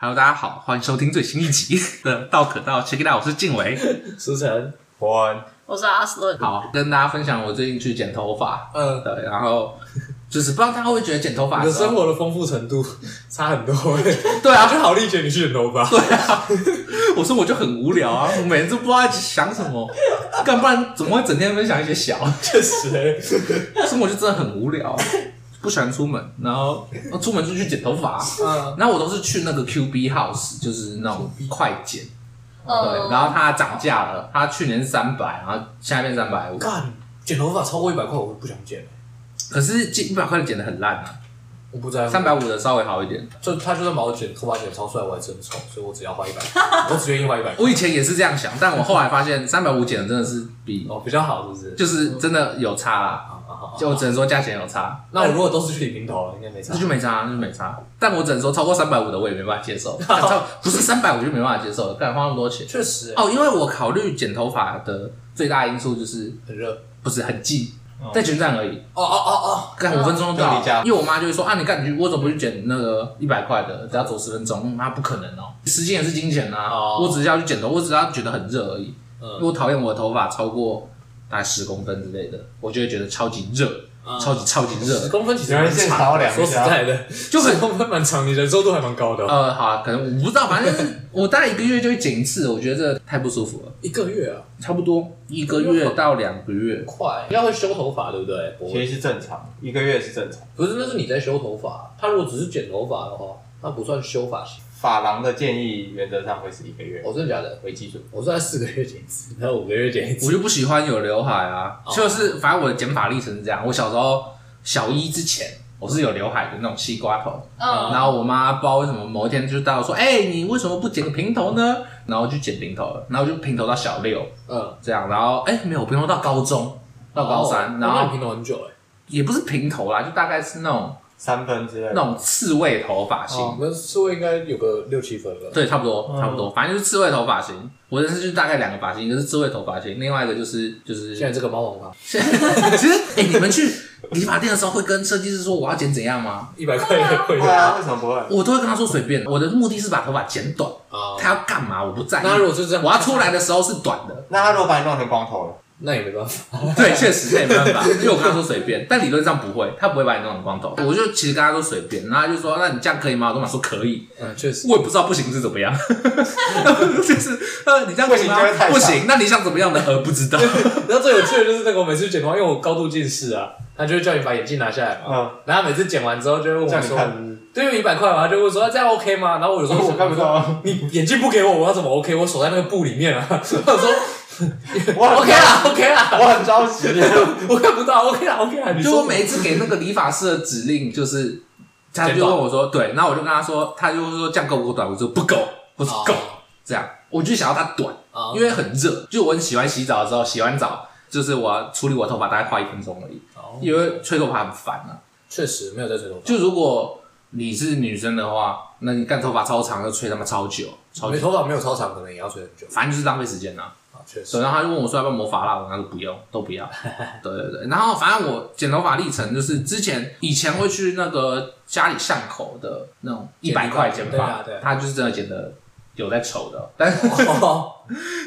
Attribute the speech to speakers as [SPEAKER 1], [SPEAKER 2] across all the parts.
[SPEAKER 1] Hello，大家好，欢迎收听最新一集的《道可道 Check It Out》，我是静伟。
[SPEAKER 2] 思成，
[SPEAKER 3] 伯恩，
[SPEAKER 4] 我是阿斯顿，
[SPEAKER 1] 好，跟大家分享我最近去剪头发，
[SPEAKER 2] 嗯，
[SPEAKER 1] 对，然后就是不知道大家会不会觉得剪头发
[SPEAKER 2] 你
[SPEAKER 1] 的
[SPEAKER 2] 的
[SPEAKER 1] 时候
[SPEAKER 2] 生活的丰富程度 差很多、欸。
[SPEAKER 1] 对
[SPEAKER 2] 我
[SPEAKER 1] 啊，
[SPEAKER 2] 就 好力觉你去剪头发，
[SPEAKER 1] 我说我就很无聊啊，我每天都不知道在想什么，干不然怎么会整天分享一些小？
[SPEAKER 2] 确实、欸，
[SPEAKER 1] 生活就真的很无聊，不喜欢出门，然后哦出门就去剪头发，
[SPEAKER 2] 嗯，
[SPEAKER 1] 然后我都是去那个 QB House，就是那种快剪，对，
[SPEAKER 2] 哦
[SPEAKER 4] 嗯，
[SPEAKER 1] 然后它涨价了，它去年三百，然后现在变三百五，
[SPEAKER 2] 干剪头发超过一百块，我就不想剪、欸，
[SPEAKER 1] 可是一百块的剪的很烂啊，
[SPEAKER 2] 我不在乎。
[SPEAKER 1] 三百五的稍微好一点。
[SPEAKER 2] 就他就算把我剪头发剪超帅，我还真丑，所以我只要花一百， 我只愿意花一百，
[SPEAKER 1] 我以前也是这样想，但我后来发现三百五剪的真的是比
[SPEAKER 2] 哦，比较好，是不是？
[SPEAKER 1] 就是真的有差啦，
[SPEAKER 2] 好好好，
[SPEAKER 1] 就我只能说价钱有差，
[SPEAKER 2] 那我如果都是去理平头了，应该没差
[SPEAKER 1] 这。就没差，那就没差。但我只能说超过三百五的我也没办法接受，干超不是三百五就没办法接受了，干花那么多钱。
[SPEAKER 2] 确实、欸，
[SPEAKER 1] 哦，因为我考虑剪头发的最大因素就是
[SPEAKER 2] 很热。
[SPEAKER 1] 不是很近，在全站而已，
[SPEAKER 2] 哦哦哦
[SPEAKER 1] 干五分钟就
[SPEAKER 3] 就
[SPEAKER 1] 到
[SPEAKER 3] 离家
[SPEAKER 1] 了。因为我妈就会说啊，你干你去，我怎么不去剪那个一百块的，只要走十分钟？嗯妈不可能哦，时间也是金钱呐、
[SPEAKER 2] 哦
[SPEAKER 1] 我只是要去剪头，我只是要觉得很热而已。因为
[SPEAKER 2] 哦，
[SPEAKER 1] 我讨厌我的头发超过大概十公分之类的，我就会觉得超级热，
[SPEAKER 2] 嗯
[SPEAKER 1] 超级超级
[SPEAKER 2] 十
[SPEAKER 1] 热。
[SPEAKER 2] 公分其实
[SPEAKER 3] 有人
[SPEAKER 2] 蛮
[SPEAKER 3] 现
[SPEAKER 2] 长
[SPEAKER 3] 场
[SPEAKER 2] 的，
[SPEAKER 3] 量一
[SPEAKER 2] 说实
[SPEAKER 3] 下
[SPEAKER 2] 在 的，
[SPEAKER 1] 就很
[SPEAKER 2] 十公分蛮长，你忍受度还蛮高的哦、
[SPEAKER 1] 呃，好啊，可能我不知道，反正就是我大概一个月就会剪一次，我觉得这太不舒服了。
[SPEAKER 2] 一个月啊，
[SPEAKER 1] 差不多一个月到两个月，
[SPEAKER 2] 快，应该会修头发对不对？不
[SPEAKER 3] 其实是正常，一个月是正常。
[SPEAKER 2] 不是，那是你在修头发。他如果只是剪头发的话，那不算修发型。
[SPEAKER 3] 发廊的建议原则上会是一个月
[SPEAKER 2] 我、真的假的？
[SPEAKER 3] 为基准。
[SPEAKER 2] 我是在四个月剪一次，然后五个月剪一
[SPEAKER 1] 我
[SPEAKER 2] 次。
[SPEAKER 1] 就不喜欢有刘海啊。
[SPEAKER 2] 哦
[SPEAKER 1] 就是反正我的剪发历程是这样，我小时候小一之前我是有刘海的那种西瓜
[SPEAKER 2] 哦
[SPEAKER 1] 头，
[SPEAKER 4] 嗯，
[SPEAKER 1] 然后我妈不知道为什么某一天就带我说，哎、你为什么不剪个平头呢？然后我就剪平头了，然后我就平头到小六。
[SPEAKER 2] 嗯，
[SPEAKER 1] 这样，然后哎、没有平头到高中，到高三，
[SPEAKER 2] 哦
[SPEAKER 1] 然
[SPEAKER 2] 那你
[SPEAKER 1] 后
[SPEAKER 2] 平头很久哎、
[SPEAKER 1] 也不是平头啦，就大概是那种
[SPEAKER 3] 三分之类
[SPEAKER 1] 那
[SPEAKER 3] 的，
[SPEAKER 1] 种刺猬头发型，
[SPEAKER 2] 我们刺猬应该有个六七分了吧。
[SPEAKER 1] 哦对，差不多
[SPEAKER 2] 哦
[SPEAKER 1] 差不多，反正就是刺猬头发型。我认识就大概两个发型，一个是刺猬头发型，另外一个就是就是
[SPEAKER 2] 现在这个猫王吧，
[SPEAKER 1] 现在 其实哎、你们去理发店的时候会跟设计师说我要剪怎样吗？
[SPEAKER 2] 一百块也会
[SPEAKER 3] 对 啊，为什么不会？
[SPEAKER 1] 我都会跟他说随便，我的目的是把头发剪短，
[SPEAKER 2] 啊。
[SPEAKER 1] 他要干嘛我不在意。
[SPEAKER 2] 那如果是这样，
[SPEAKER 1] 我要出，来的时候是短的，
[SPEAKER 3] 那他如果把你弄成光头了，
[SPEAKER 2] 那也没办法。
[SPEAKER 1] 对，确实那也没办法，因为我跟他说随便，但理论上不会，他不会把你弄成光头。我就其实跟他说随便，然后他就说那你这样可以吗？我都马说可以，
[SPEAKER 2] 嗯，确实。
[SPEAKER 1] 我也不知道不行是怎么样， 就是呃你这样可以吗
[SPEAKER 3] 不行就会太长
[SPEAKER 1] 不行，那你想怎么样的呃不知道，
[SPEAKER 2] 然后最有趣的就是那个，我每次剪头发，因为我高度近视啊，他就会叫你把眼镜拿下来嘛。
[SPEAKER 3] 嗯，
[SPEAKER 2] 然后他每次剪完之后就会问
[SPEAKER 3] 叫
[SPEAKER 2] 我
[SPEAKER 3] 你
[SPEAKER 2] 说：“
[SPEAKER 3] 看，哦
[SPEAKER 2] 对于一百块嘛，他就会说、啊、这样 OK 吗？”然后我有时候
[SPEAKER 3] 我看不到，啊
[SPEAKER 2] 你眼镜不给我，我要怎么 OK？我守在那个布里面啊。 我 说
[SPEAKER 3] 我
[SPEAKER 2] OK 啦，OK 啦，
[SPEAKER 3] 我很着急。
[SPEAKER 2] 我看不到，OK 啦，OK 啦。你
[SPEAKER 1] 就
[SPEAKER 2] 说
[SPEAKER 1] 我每一次给那个理发师的指令就是，他就问我说对，然后我就跟他说，他就说这样够不够短？我说不够，我说够，这样我就想要它短，
[SPEAKER 2] 啊，
[SPEAKER 1] 因为很热，就我很喜欢洗澡的时候，洗完澡就是我要处理我头发大概花一分钟而已。
[SPEAKER 2] 为
[SPEAKER 1] 因为吹头发很烦啊。
[SPEAKER 2] 确实没有在吹头发，
[SPEAKER 1] 就如果你是女生的话，那你干头发超长，就吹他妈超久，超
[SPEAKER 2] 你
[SPEAKER 1] 久，
[SPEAKER 2] 头发没有超长，可能也要吹很久
[SPEAKER 1] 反正就是浪费时间啊。
[SPEAKER 2] 啊。确实
[SPEAKER 1] 对，然后他就问我说要不要魔法蜡，我跟他说不用，都不要。对对对，然后反正我剪头发历程就是之前以前会去那个家里巷口的那种一
[SPEAKER 2] 剪
[SPEAKER 1] 百
[SPEAKER 2] 头发
[SPEAKER 1] 块剪
[SPEAKER 2] 对
[SPEAKER 1] 发
[SPEAKER 2] 啊对啊，
[SPEAKER 1] 他就是真的剪的有在丑的，但是
[SPEAKER 2] 哦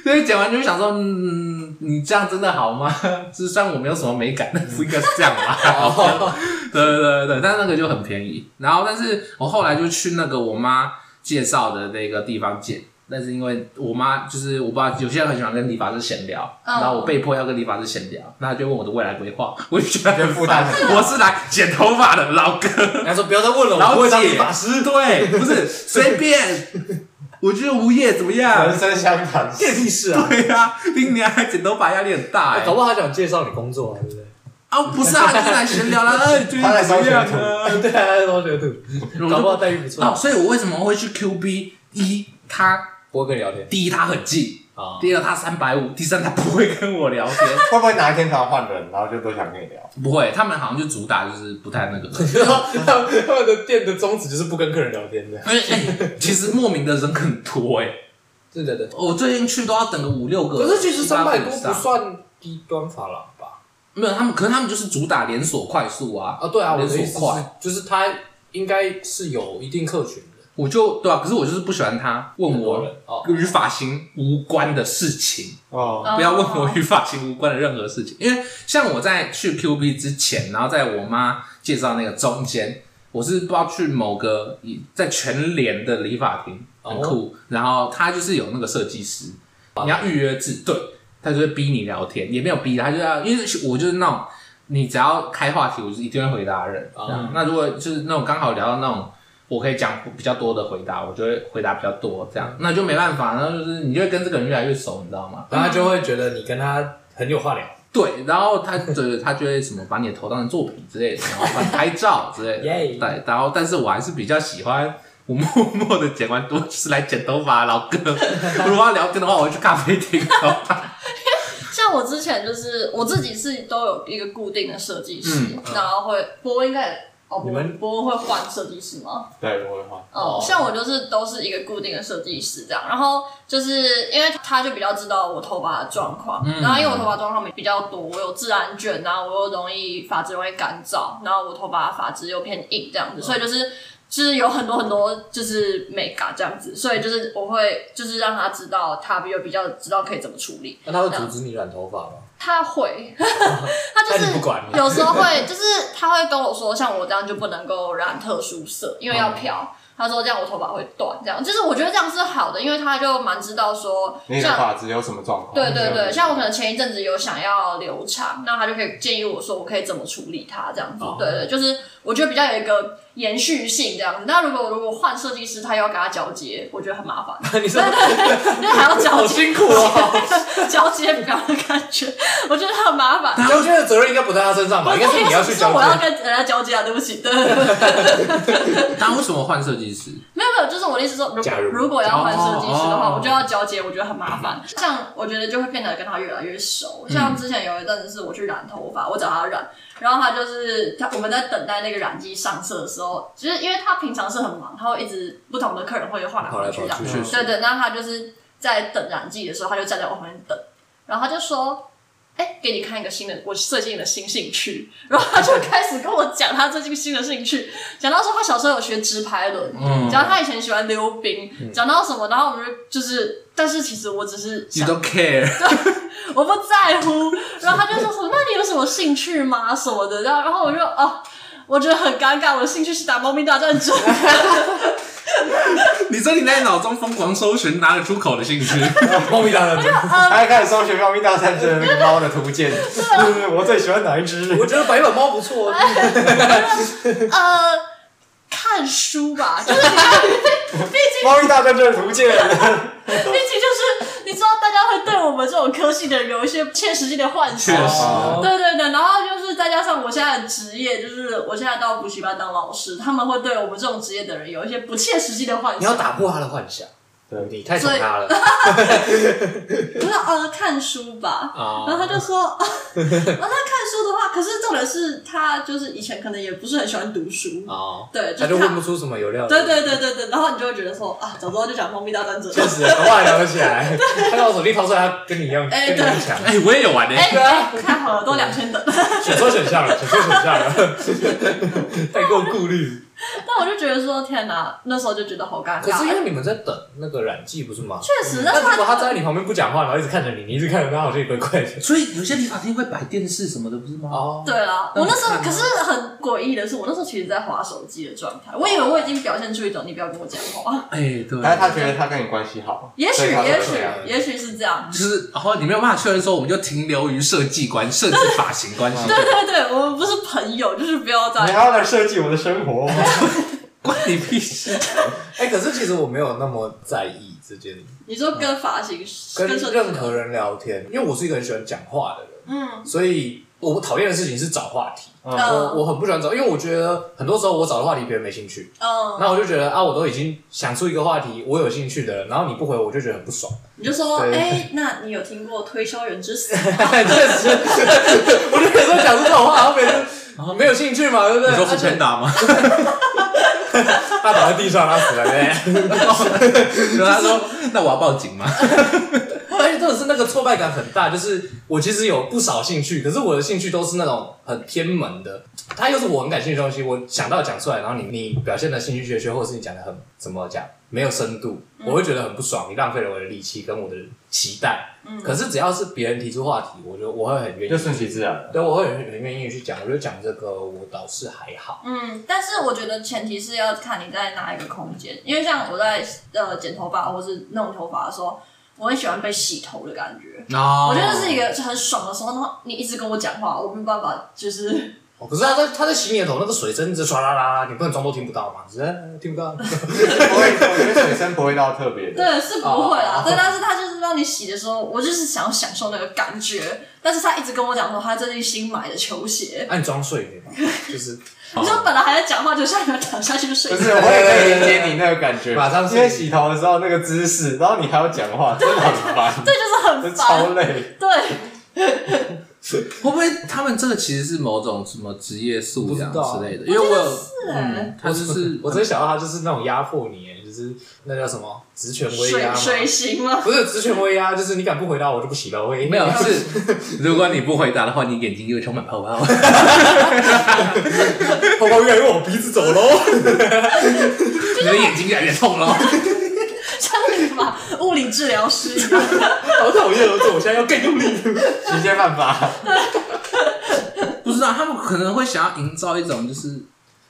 [SPEAKER 1] 所以剪完就会想说，嗯，你这样真的好吗？ 就虽然我没有什么美感，但是应该是这样吧。
[SPEAKER 2] 哦
[SPEAKER 1] 对对对对，但是那个就很便宜。然后，但是我后来就去那个我妈介绍的那个地方剪，但是因为我妈就是我爸，有些人很喜欢跟理发师闲聊，
[SPEAKER 4] 嗯
[SPEAKER 1] 然后我被迫要跟理发师闲聊，那他就问我的未来规划，我就觉得 很
[SPEAKER 3] 觉得负担
[SPEAKER 1] 烦
[SPEAKER 2] 哦
[SPEAKER 3] 很
[SPEAKER 1] 我是来剪头发的老哥，
[SPEAKER 2] 人家说不要再问了，哦我
[SPEAKER 1] 老
[SPEAKER 2] 不会当
[SPEAKER 1] 姐
[SPEAKER 2] 理发师。
[SPEAKER 1] 对，不是随便，我觉得无业怎么样
[SPEAKER 3] 啊 人？生相谈，
[SPEAKER 2] 这屁事啊！
[SPEAKER 1] 对呀、啊，你娘还剪头发压力很大哎、
[SPEAKER 2] 搞不好他想介绍你工作啊，对不 对？
[SPEAKER 1] 啊，不是啊，就是来闲 聊啦，哎，最近
[SPEAKER 3] 他在
[SPEAKER 1] 怎么样
[SPEAKER 3] 烧
[SPEAKER 1] 啊？
[SPEAKER 2] 对啊，他同学土，
[SPEAKER 1] 我就
[SPEAKER 2] 搞不好待遇不错，
[SPEAKER 1] 哦，所以我为什么会去 QB？一，他
[SPEAKER 2] 不会跟你聊天
[SPEAKER 1] 第一他很近，
[SPEAKER 2] 啊。
[SPEAKER 1] 第二他三百五，第三他不会跟我聊 天，
[SPEAKER 3] 会不会哪一天突然换人，然后就都想跟你聊？
[SPEAKER 1] 不会，他们好像就主打就是不太那个。
[SPEAKER 2] 然后他们他们的店的宗旨就是不跟客人聊天的，
[SPEAKER 1] 因为、哎其实莫名的人很多哎、
[SPEAKER 2] 对对对。
[SPEAKER 1] 我最近去都要等个五六个。
[SPEAKER 2] 可是其实
[SPEAKER 1] 七八
[SPEAKER 2] 三
[SPEAKER 1] 个
[SPEAKER 2] 百多
[SPEAKER 1] 以上
[SPEAKER 2] 不算低端发廊吧？
[SPEAKER 1] 没有他们，可是他们就是主打连锁快速啊。
[SPEAKER 2] 啊，对啊，我的意
[SPEAKER 1] 连
[SPEAKER 2] 思
[SPEAKER 1] 锁快
[SPEAKER 2] 是，就是他应该是有一定客群的，
[SPEAKER 1] 我就对啊，可是我就是不喜欢他问
[SPEAKER 2] 很多
[SPEAKER 1] 我
[SPEAKER 2] 人哦
[SPEAKER 1] 与发型无关的事情，
[SPEAKER 3] 哦，
[SPEAKER 1] 不要问我与发型无关的任何事情，因为像我在去 Q B 之前，然后在我妈介绍那个中间，我是不知道去某个以在全联的理发厅，很酷，然后他就是有那个设计师，你要预约制，对，他就会逼你聊天，也没有逼他，就要因为我就是那种你只要开话题，我就一定会回答人，
[SPEAKER 2] 哦
[SPEAKER 1] 这样那如果就是那种刚好聊到那种。我可以讲比较多的回答，我就会回答比较多，这样那就没办法，然后就是你就会跟这个人越来越熟，你知道吗？
[SPEAKER 2] 然后他就会觉得你跟他很有话聊。
[SPEAKER 1] 对，然后他对他就会什么把你的头当成作品之类的，然后帮你拍照之类 的。
[SPEAKER 2] 耶
[SPEAKER 1] 对，然后但是我还是比较喜欢我默默的剪完，我就是来剪头发老哥。如果要聊天的话，我会去咖啡厅。
[SPEAKER 4] 像我之前就是我自己是都有一个固定的设计师，
[SPEAKER 1] 嗯
[SPEAKER 4] 然后会波波应该也哦，
[SPEAKER 2] 你
[SPEAKER 4] 波
[SPEAKER 2] 们
[SPEAKER 4] 波会换设计师吗？
[SPEAKER 3] 嗯对，我会换。
[SPEAKER 4] 哦，像我就是都是一个固定的设计师这样，然后就是因为他就比较知道我头发的状况，然后因为我头发状况比较多，我有自然卷，然后我又容易发质容易干燥，然后我头发发质又偏硬这样子，所以就是。就是有很多很多就是美感这样子，所以就是我会就是让他知道，他又比较知道可以怎么处理。
[SPEAKER 2] 那他会阻止你染头发吗？
[SPEAKER 4] 他会，他就
[SPEAKER 2] 那
[SPEAKER 4] 是
[SPEAKER 2] 你不管了
[SPEAKER 4] 有时候会， 就是他会跟我说，像我这样就不能够染特殊色，因为要
[SPEAKER 2] 哦
[SPEAKER 4] 漂。他说这样我头发会断，这样就是我觉得这样是好的，因为他就蛮知道说，
[SPEAKER 3] 你的
[SPEAKER 4] 像
[SPEAKER 3] 发质有什么状况？
[SPEAKER 4] 对对对，像我可能前一阵子有想要留长，那他就可以建议我说我可以怎么处理它这样子。
[SPEAKER 2] 哦
[SPEAKER 4] 对对，就是我觉得比较有一个延续性这样子。那如果如果换设计师，他又要给他交接，我觉得很 麻烦，
[SPEAKER 2] 你说
[SPEAKER 4] 因为还要交
[SPEAKER 2] 好
[SPEAKER 4] 接
[SPEAKER 2] 辛苦哦，
[SPEAKER 4] 交接表的感觉，我觉得很麻烦。
[SPEAKER 2] 交接的责任应该不在他身上 吧？应该是你要去
[SPEAKER 4] 是
[SPEAKER 2] 交
[SPEAKER 4] 我要
[SPEAKER 2] 接。
[SPEAKER 4] 跟人家交接啊，对不起， 对，对对
[SPEAKER 1] 他为什么换设计 师？
[SPEAKER 4] 没有没有，就是我的意思说，如
[SPEAKER 2] 假如
[SPEAKER 4] 如果要换设计师的
[SPEAKER 1] 哦
[SPEAKER 4] 话，
[SPEAKER 1] 哦
[SPEAKER 4] 我就要交接，我觉得很麻烦。像我觉得就会变得跟他越来越熟。
[SPEAKER 2] 嗯
[SPEAKER 4] 像之前有一阵子是我去染头发，我找他染，然后他就是他我们在等待那个染剂上色的时候，就是因为他平常是很忙，他会一直不同的客人会换来
[SPEAKER 2] 跑来
[SPEAKER 4] 换去
[SPEAKER 2] 跑
[SPEAKER 4] 这样
[SPEAKER 2] 去，
[SPEAKER 1] 去
[SPEAKER 4] 对对，那他就是在等染剂的时候，他就站在我旁边等，然后他就说。哎、给你看一个新的，我最近的新兴趣。 然后他就开始跟我讲他最近新的兴趣，讲到说他小时候有学直排轮，
[SPEAKER 1] 嗯
[SPEAKER 4] 讲到他以前喜欢溜冰，讲到什么，然后我们就就是，但是其实我只是
[SPEAKER 1] 你
[SPEAKER 4] 想
[SPEAKER 1] 都 care？
[SPEAKER 4] 我不在乎。 然后他就说什么，那你有什么兴趣吗？什么的。然后，然后我就哦，我觉得很尴尬，我的兴趣是打猫咪大战 争。
[SPEAKER 1] 你说你在脑中疯狂搜寻拿得出口的兴趣，
[SPEAKER 2] 猫咪大人，
[SPEAKER 3] 大家开始搜寻猫咪大战争那个猫的图鉴，
[SPEAKER 4] 啊
[SPEAKER 3] 就是我最喜欢哪一只？
[SPEAKER 2] 我觉得白板猫不错哦。
[SPEAKER 4] 呃，看书吧，就是你看，毕竟
[SPEAKER 3] 猫咪大战争的图鉴，
[SPEAKER 4] 毕竟就是你知道，大家会对我们这种科系的人有一些切实际的幻想。
[SPEAKER 1] 确实
[SPEAKER 2] 哦
[SPEAKER 4] 对对对，然后就是再加上我现在的职业，就是我现在到补习班当老师，他们会对我们这种职业的人有一些不切实际的幻想。
[SPEAKER 2] 你要打破他的幻想，
[SPEAKER 3] 对
[SPEAKER 2] 你太宠他了
[SPEAKER 4] 我说呃看书吧，
[SPEAKER 2] 啊
[SPEAKER 4] 然后他就说，啊，那他看书的话，可是重点是他就是以前可能也不是很喜欢读书，
[SPEAKER 2] 啊！
[SPEAKER 4] 对，
[SPEAKER 2] 他
[SPEAKER 4] 就
[SPEAKER 2] 就是问不
[SPEAKER 4] 他，
[SPEAKER 2] 出什么有料的。
[SPEAKER 4] 对对对对对，然后你就会觉得说 啊，早知道就讲蜂蜜大战争，
[SPEAKER 2] 确实，很快聊起来。他把我手机掏出来，他跟你一样，
[SPEAKER 4] 哎
[SPEAKER 2] 跟你一样强。
[SPEAKER 1] 哎、我也有玩的、
[SPEAKER 4] 哎哎，太好了，都两千 等，
[SPEAKER 2] 选错选项了，选错选项 了，太过顾虑。
[SPEAKER 4] 但我就觉得说天哪，那时候就觉得好尴
[SPEAKER 2] 可是因
[SPEAKER 4] 尬。
[SPEAKER 2] 为你们在等那个染剂，不是吗？
[SPEAKER 4] 确实，但
[SPEAKER 2] 那
[SPEAKER 4] 是
[SPEAKER 2] 如果他
[SPEAKER 4] 他
[SPEAKER 2] 站在你旁边不讲话，然后一直看着你，你一直看着他，好像也怪怪的。
[SPEAKER 1] 所以有些理发厅会摆电视什么的，不是吗？
[SPEAKER 2] 哦，
[SPEAKER 4] 对啦，
[SPEAKER 1] 那
[SPEAKER 4] 我
[SPEAKER 1] 你
[SPEAKER 4] 那时候
[SPEAKER 1] 看啊
[SPEAKER 4] 可是很诡异的是，我那时候其实在划手机的状态，我以为我已经表现出一种你不要跟我讲 话，
[SPEAKER 1] 哎、对。
[SPEAKER 3] 但是他觉得他跟你关系好，
[SPEAKER 4] 也
[SPEAKER 3] 所
[SPEAKER 4] 许
[SPEAKER 3] 以他才
[SPEAKER 4] 也
[SPEAKER 3] 会这样
[SPEAKER 4] 许也许是这样，
[SPEAKER 1] 就是，然后你没有办法确认说，我们就停留于设计关，甚至发型关系，
[SPEAKER 4] 对对对，我们不是朋友，就是不要再
[SPEAKER 3] 你还要来设计我的生活吗？
[SPEAKER 1] 关你屁事。
[SPEAKER 2] 哎、可是其实我没有那么在意这件，
[SPEAKER 4] 你说跟发型
[SPEAKER 2] 跟
[SPEAKER 4] 设计
[SPEAKER 2] 任何人聊天，因为我是一个很喜欢讲话的人，
[SPEAKER 4] 嗯
[SPEAKER 2] 所以我讨厌的事情是找话题。
[SPEAKER 4] 嗯
[SPEAKER 2] 我我很不喜欢找，因为我觉得很多时候我找的话题别人没兴趣，
[SPEAKER 4] 嗯，
[SPEAKER 2] 那我就觉得啊，我都已经想出一个话题，我有兴趣的了，然后你不回我，我就觉得很不 爽。
[SPEAKER 4] 你就说
[SPEAKER 2] 对
[SPEAKER 4] 哎，那你有听过推销员之死吗？
[SPEAKER 2] 确实， 我就有时候讲出这种话，然后别人
[SPEAKER 4] 哦
[SPEAKER 2] 没有兴趣嘛，对不对？
[SPEAKER 1] 你说
[SPEAKER 2] 他
[SPEAKER 1] 付
[SPEAKER 2] 就
[SPEAKER 1] 钱打吗？
[SPEAKER 2] 他倒在地上，他死了，对不对？
[SPEAKER 1] 然后他说：“那我要报警吗
[SPEAKER 4] 我
[SPEAKER 2] 而且真的是那个挫败感很大，就是我其实有不少兴趣，可是我的兴趣都是那种很偏门的，它又是我很感兴趣的东西，我想到讲出来，然后你你表现的兴趣缺缺，或者是你讲的很怎么讲没有深度，我会觉得很不爽，你浪费了我的力气跟我的期待。可是只要是别人提出话题，我觉得我会很愿
[SPEAKER 3] 就
[SPEAKER 2] 意，
[SPEAKER 3] 顺其自然 了。
[SPEAKER 2] 对，我会很很愿意去讲，我就讲这个，我倒是还好。
[SPEAKER 4] 嗯，但是我觉得前提是要看你在哪一个空间，因为像我在呃剪头发或是弄头发的时候，我很喜欢被洗头的感觉。
[SPEAKER 1] 哦
[SPEAKER 4] 我觉得这是一个很爽的时候，然后你一直跟我讲话，我没有办法，就是
[SPEAKER 2] 哦可是他在他在洗你的头，那个水声一直唰啦啦啦，你不能装作听不到嘛，只是呃听不到。
[SPEAKER 3] 不会，我觉得水声不会到特别的。
[SPEAKER 4] 对，是不会啦。对，但是他就是让你洗的时候，我就是想要享受那个感觉。但是他一直跟我讲说他最近新买的球鞋，
[SPEAKER 2] 按装睡眠嘛，就是
[SPEAKER 4] 你说本来还在讲话，就现在躺下去睡
[SPEAKER 3] 不
[SPEAKER 4] 觉。
[SPEAKER 3] 是，我也可以理解你那个感觉。
[SPEAKER 2] 马上睡
[SPEAKER 3] 因为洗头的时候那个姿势，然后你还要讲话，真的很烦，
[SPEAKER 4] 这就是
[SPEAKER 3] 真
[SPEAKER 4] 很
[SPEAKER 3] 超
[SPEAKER 4] 烦，
[SPEAKER 3] 累。
[SPEAKER 4] 对，
[SPEAKER 1] 会不会他们这个其实是某种什么职业素养
[SPEAKER 2] 不知道啊
[SPEAKER 1] 之类的？因为我有，
[SPEAKER 4] 是欸
[SPEAKER 1] 他就是
[SPEAKER 2] 我真想到他就是那种压迫你，就是那叫什么职权威嗯压
[SPEAKER 4] 水
[SPEAKER 2] 嘛，
[SPEAKER 4] 水型吗？
[SPEAKER 2] 不是职权威压，就是你敢不回答我就不洗了，我也
[SPEAKER 1] 没有是，如果你不回答的话，你眼睛就会充满泡泡。
[SPEAKER 2] 泡泡越来越往鼻子走喽。
[SPEAKER 1] 你的眼睛越来越痛了。
[SPEAKER 4] 像那个嘛，物理治疗师一样。
[SPEAKER 2] 好讨厌哦，这我现在要更用力。
[SPEAKER 3] 直接犯 法，
[SPEAKER 1] 不知道他们可能会想要营造一种就是，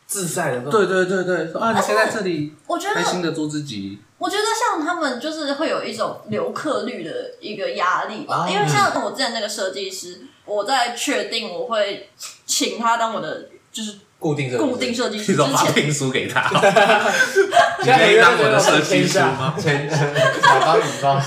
[SPEAKER 2] 自在的，
[SPEAKER 1] 对，对对对，说啊，你现在这里
[SPEAKER 4] 我觉
[SPEAKER 1] 开
[SPEAKER 4] 得，
[SPEAKER 1] 心的做自己，
[SPEAKER 4] 我觉得像他们就是会有一种留客率的一个压力吧，
[SPEAKER 2] 啊
[SPEAKER 4] 因为像我之前那个设计师，我在确定我会请他当我的就是
[SPEAKER 2] 固定这个
[SPEAKER 4] 固定设计师
[SPEAKER 1] 一
[SPEAKER 4] 之
[SPEAKER 1] 种把
[SPEAKER 4] 前，
[SPEAKER 1] 聘书给 他，
[SPEAKER 2] 你
[SPEAKER 1] 你可以当我的设计师吗？
[SPEAKER 3] 前甲方乙方，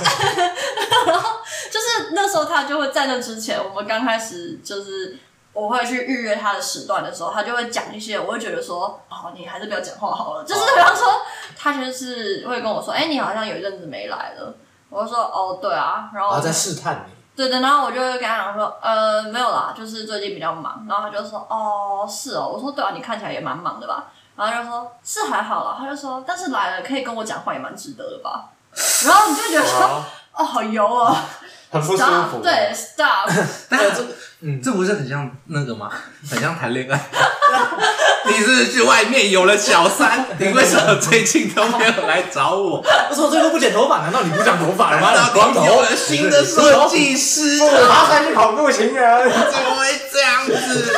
[SPEAKER 4] 就是那时候他就会在那之前，我们刚开始就是。我会去预约他的时段的时候，他就会讲一些，我会觉得说，哦，你还是不要讲话好了。就是比方说，他就是会跟我说，哎、你好像有一阵子没来了。我就说，哦，对啊。然
[SPEAKER 2] 然
[SPEAKER 4] 后我
[SPEAKER 2] 后
[SPEAKER 4] 就
[SPEAKER 2] 在试探你，
[SPEAKER 4] 对的，然后我就跟他讲说，呃，没有啦，就是最近比较忙。然后他就说，哦，是哦。我说，对啊，你看起来也蛮忙的吧？然后他就说，是还好啦。他就说，但是来了可以跟我讲话也蛮值得的吧？然后你就觉得说，
[SPEAKER 3] 哇
[SPEAKER 4] 哦，好油哦
[SPEAKER 3] 很 不舒
[SPEAKER 4] ，stop，
[SPEAKER 3] 服。啊
[SPEAKER 4] 对，stop，
[SPEAKER 1] 但
[SPEAKER 2] 这嗯，
[SPEAKER 1] 这不是很像那个吗？ 很像谈恋爱。 你是不是去外面有了小 三，你为什么最近都没有来找我？
[SPEAKER 2] 我说我最后不剪头发，难道你不长头发了吗？
[SPEAKER 1] 难
[SPEAKER 2] 染
[SPEAKER 1] 道
[SPEAKER 2] 光
[SPEAKER 1] 你
[SPEAKER 2] 头
[SPEAKER 1] 有了新的设计 师
[SPEAKER 3] 不，
[SPEAKER 1] 了？
[SPEAKER 3] 他才去跑步情人。
[SPEAKER 1] 怎么会这样子？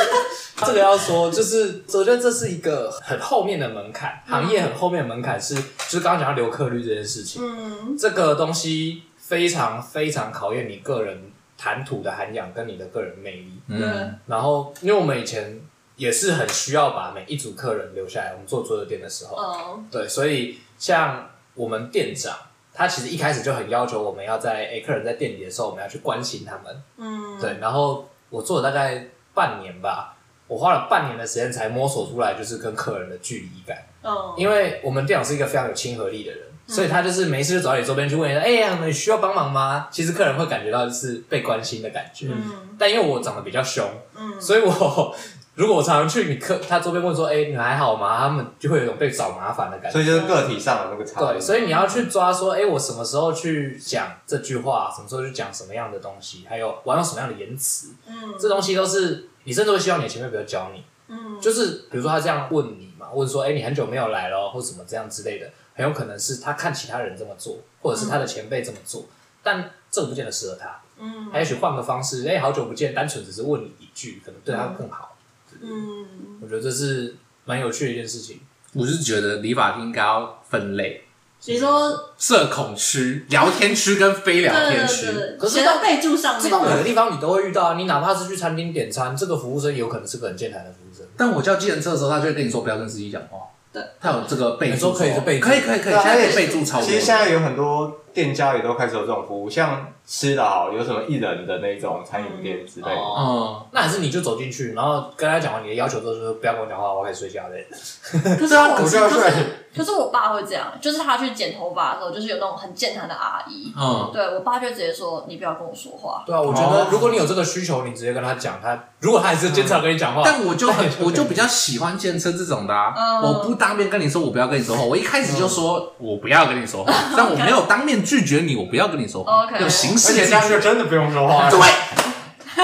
[SPEAKER 2] 这个要说，就是我觉得这是一个很后面的门槛，行业很后面的门槛是，就是刚刚讲到留客率这件事情，
[SPEAKER 4] 嗯，
[SPEAKER 2] 这个东西非常非常考验你个人谈吐的涵养跟你的个人魅力。
[SPEAKER 4] 对，
[SPEAKER 2] 然后，因为我们以前也是很需要把每一组客人留下来，我们做桌游店的时候，
[SPEAKER 4] 嗯，
[SPEAKER 2] 对，所以像我们店长。他其实一开始就很要求我们要在诶、客人在店里的时候，我们要去关心他们。
[SPEAKER 4] 嗯，
[SPEAKER 2] 对，然后我做了大概半年吧，我花了半年的时间才摸索出来，就是跟客人的距离感。
[SPEAKER 4] 嗯，
[SPEAKER 2] 因为我们店长是一个非常有亲和力的人，所以他就是没事就找你周边去问一下，哎、呀，你们需要帮忙吗？其实客人会感觉到就是被关心的感觉。
[SPEAKER 4] 嗯，
[SPEAKER 2] 但因为我长得比较凶，
[SPEAKER 4] 嗯，
[SPEAKER 2] 所以我 如果我常常去你客他周边问说，哎、你还好吗？他们就会有一种被找麻烦的感觉。
[SPEAKER 3] 所以就是个体上的那个差
[SPEAKER 2] 对，
[SPEAKER 3] 异。
[SPEAKER 2] 所以你要去抓说，哎、我什么时候去讲这句话，什么时候去讲什么样的东西，还有我要用什么样的言辞，
[SPEAKER 4] 嗯，
[SPEAKER 2] 这东西都是你甚至会希望你的前辈不要教你。
[SPEAKER 4] 嗯，
[SPEAKER 2] 就是比如说他这样问你嘛，问说，哎、你很久没有来咯，或什么这样之类的，很有可能是他看其他人这么做，或者是他的前辈这么做，但这个不见得适合他，
[SPEAKER 4] 嗯，
[SPEAKER 2] 他也许换个方式，哎、好久不见，单纯只是问你一句，可能对他更好。
[SPEAKER 4] 嗯，
[SPEAKER 2] 我觉得这是蛮有趣的一件事情。
[SPEAKER 1] 我是觉得理发厅应该要分类，
[SPEAKER 4] 你说
[SPEAKER 1] 社恐区、聊天区跟非聊
[SPEAKER 4] 对对
[SPEAKER 1] 天
[SPEAKER 4] 对
[SPEAKER 1] 区。
[SPEAKER 4] 对，
[SPEAKER 2] 可是
[SPEAKER 4] 写到备注上
[SPEAKER 2] 这
[SPEAKER 4] 面
[SPEAKER 2] 到每
[SPEAKER 4] 吗，
[SPEAKER 2] 个地方你都会遇到啊，你哪怕是去餐厅点餐，这个服务生有可能是个很健谈的服务生。
[SPEAKER 1] 但我叫计程车的时候，他就会跟你说不要跟司机讲话。
[SPEAKER 4] 对，
[SPEAKER 1] 他有这个备注
[SPEAKER 2] 你说可以是备注
[SPEAKER 1] 可以可以可以，
[SPEAKER 3] 对啊
[SPEAKER 1] 现在可
[SPEAKER 3] 而
[SPEAKER 1] 以
[SPEAKER 3] 且
[SPEAKER 1] 备注超多。
[SPEAKER 3] 其实现在有很多店家也都开始有这种服务，像吃的好有什么一人的那种餐饮店之类的。
[SPEAKER 2] 哦
[SPEAKER 1] 嗯，
[SPEAKER 2] 那还是你就走进去，然后跟他讲完你的要求之后，就说不要跟我讲话，我要开始睡觉嘞。
[SPEAKER 4] 可是
[SPEAKER 3] 对啊，
[SPEAKER 4] 我
[SPEAKER 3] 股
[SPEAKER 4] 是
[SPEAKER 3] 票
[SPEAKER 4] 可
[SPEAKER 3] 税
[SPEAKER 4] 是。可是我爸会这样，就是他去剪头发的时候，就是有那种很健谈的阿 姨，
[SPEAKER 1] 嗯，
[SPEAKER 4] 对我爸就直接说：“你不要跟我说话。
[SPEAKER 2] 对啊，我觉
[SPEAKER 1] 哦
[SPEAKER 2] 得如果你有这个需求，你直接跟他讲，他如果他还是经常跟你讲话，
[SPEAKER 1] 但我就 很，我就比较喜欢健身这种的啊。
[SPEAKER 4] 嗯
[SPEAKER 1] 我不当面跟你说我不要跟你说话，
[SPEAKER 2] 嗯
[SPEAKER 1] 我一开始就说我不要跟你说话，但我没有当面拒绝你，我不要跟你说话
[SPEAKER 4] OK，
[SPEAKER 1] 有形
[SPEAKER 3] 而
[SPEAKER 1] 事
[SPEAKER 3] 且
[SPEAKER 1] 进
[SPEAKER 3] 这样就
[SPEAKER 1] 去。
[SPEAKER 3] 真的不用说 话，
[SPEAKER 1] 对，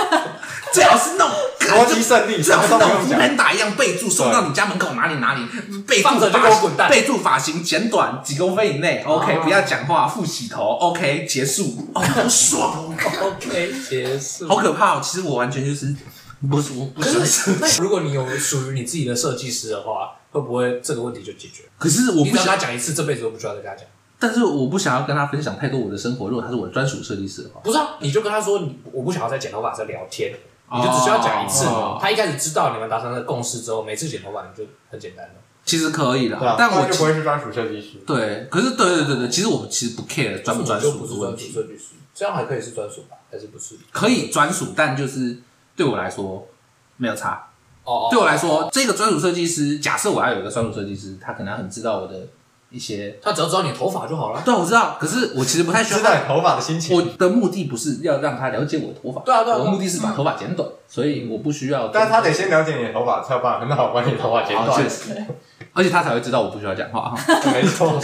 [SPEAKER 1] 最好是那种
[SPEAKER 3] 逻辑胜利，
[SPEAKER 1] 最
[SPEAKER 3] 什
[SPEAKER 1] 好
[SPEAKER 3] 么
[SPEAKER 1] 是
[SPEAKER 3] 都
[SPEAKER 1] 那
[SPEAKER 3] 不
[SPEAKER 1] 种
[SPEAKER 3] 用
[SPEAKER 1] 湖
[SPEAKER 3] 讲。
[SPEAKER 1] 南打一样备注送到你家门口哪里哪里，备注
[SPEAKER 2] 放着就给我滚蛋
[SPEAKER 1] 发备注发型剪短几公分以内，OK，
[SPEAKER 2] 哦
[SPEAKER 1] 不要讲话，复洗头，OK，结 束，哦，好爽哦，
[SPEAKER 2] OK，结束
[SPEAKER 1] 好可怕哦！其实我完全就是不是我不喜欢
[SPEAKER 2] 可是，那如果你有属于你自己的设计师的话，会不会这个问题就解决？
[SPEAKER 1] 可是我
[SPEAKER 2] 你
[SPEAKER 1] 不
[SPEAKER 2] 只要跟
[SPEAKER 1] 想，
[SPEAKER 2] 他讲一次，这辈子都不需要再跟他讲。
[SPEAKER 1] 但是我不想要跟他分享太多我的生活。如果他是我的专属设计师的话，
[SPEAKER 2] 不是啊，你就跟他说你我不想要再剪头发，再聊天，
[SPEAKER 1] 哦
[SPEAKER 2] 你就只需要讲一次。
[SPEAKER 1] 哦
[SPEAKER 2] 他一开始知道你们达成了共识之后，每次剪头发你就很简单了。
[SPEAKER 1] 其实可以
[SPEAKER 3] 对啊
[SPEAKER 1] 啦，，但我
[SPEAKER 3] 那就不会是专属设计师。
[SPEAKER 1] 对，可是对对对对，其实我其实不 care 专不专
[SPEAKER 2] 就
[SPEAKER 1] 属
[SPEAKER 2] 不
[SPEAKER 1] 的
[SPEAKER 2] 是
[SPEAKER 1] 问
[SPEAKER 2] 专
[SPEAKER 1] 题
[SPEAKER 2] 属，设计师，这样还可以是专属吧？还是不是？
[SPEAKER 1] 可以专属，但就是对我来说没有差。
[SPEAKER 2] 哦，哦
[SPEAKER 1] 对我来说，，这个专属设计师，假设我要有一个专属设计师，他可能很知道我的一些。
[SPEAKER 2] 他只要知道你头发就好了。
[SPEAKER 1] 对，啊我知道，可是我其实不太需要
[SPEAKER 3] 知道你头发的心情
[SPEAKER 1] 我，的目的不是要让他了解我的头发，
[SPEAKER 2] 对啊对啊对啊
[SPEAKER 1] 我的目的是把头发剪短，所以我不需要。
[SPEAKER 3] 但是他得先了解你的头发，才有办法很好把你的头 发剪
[SPEAKER 1] 哦
[SPEAKER 3] 短
[SPEAKER 1] 确。实，而且他才会知道我不需要讲话。
[SPEAKER 3] 没错，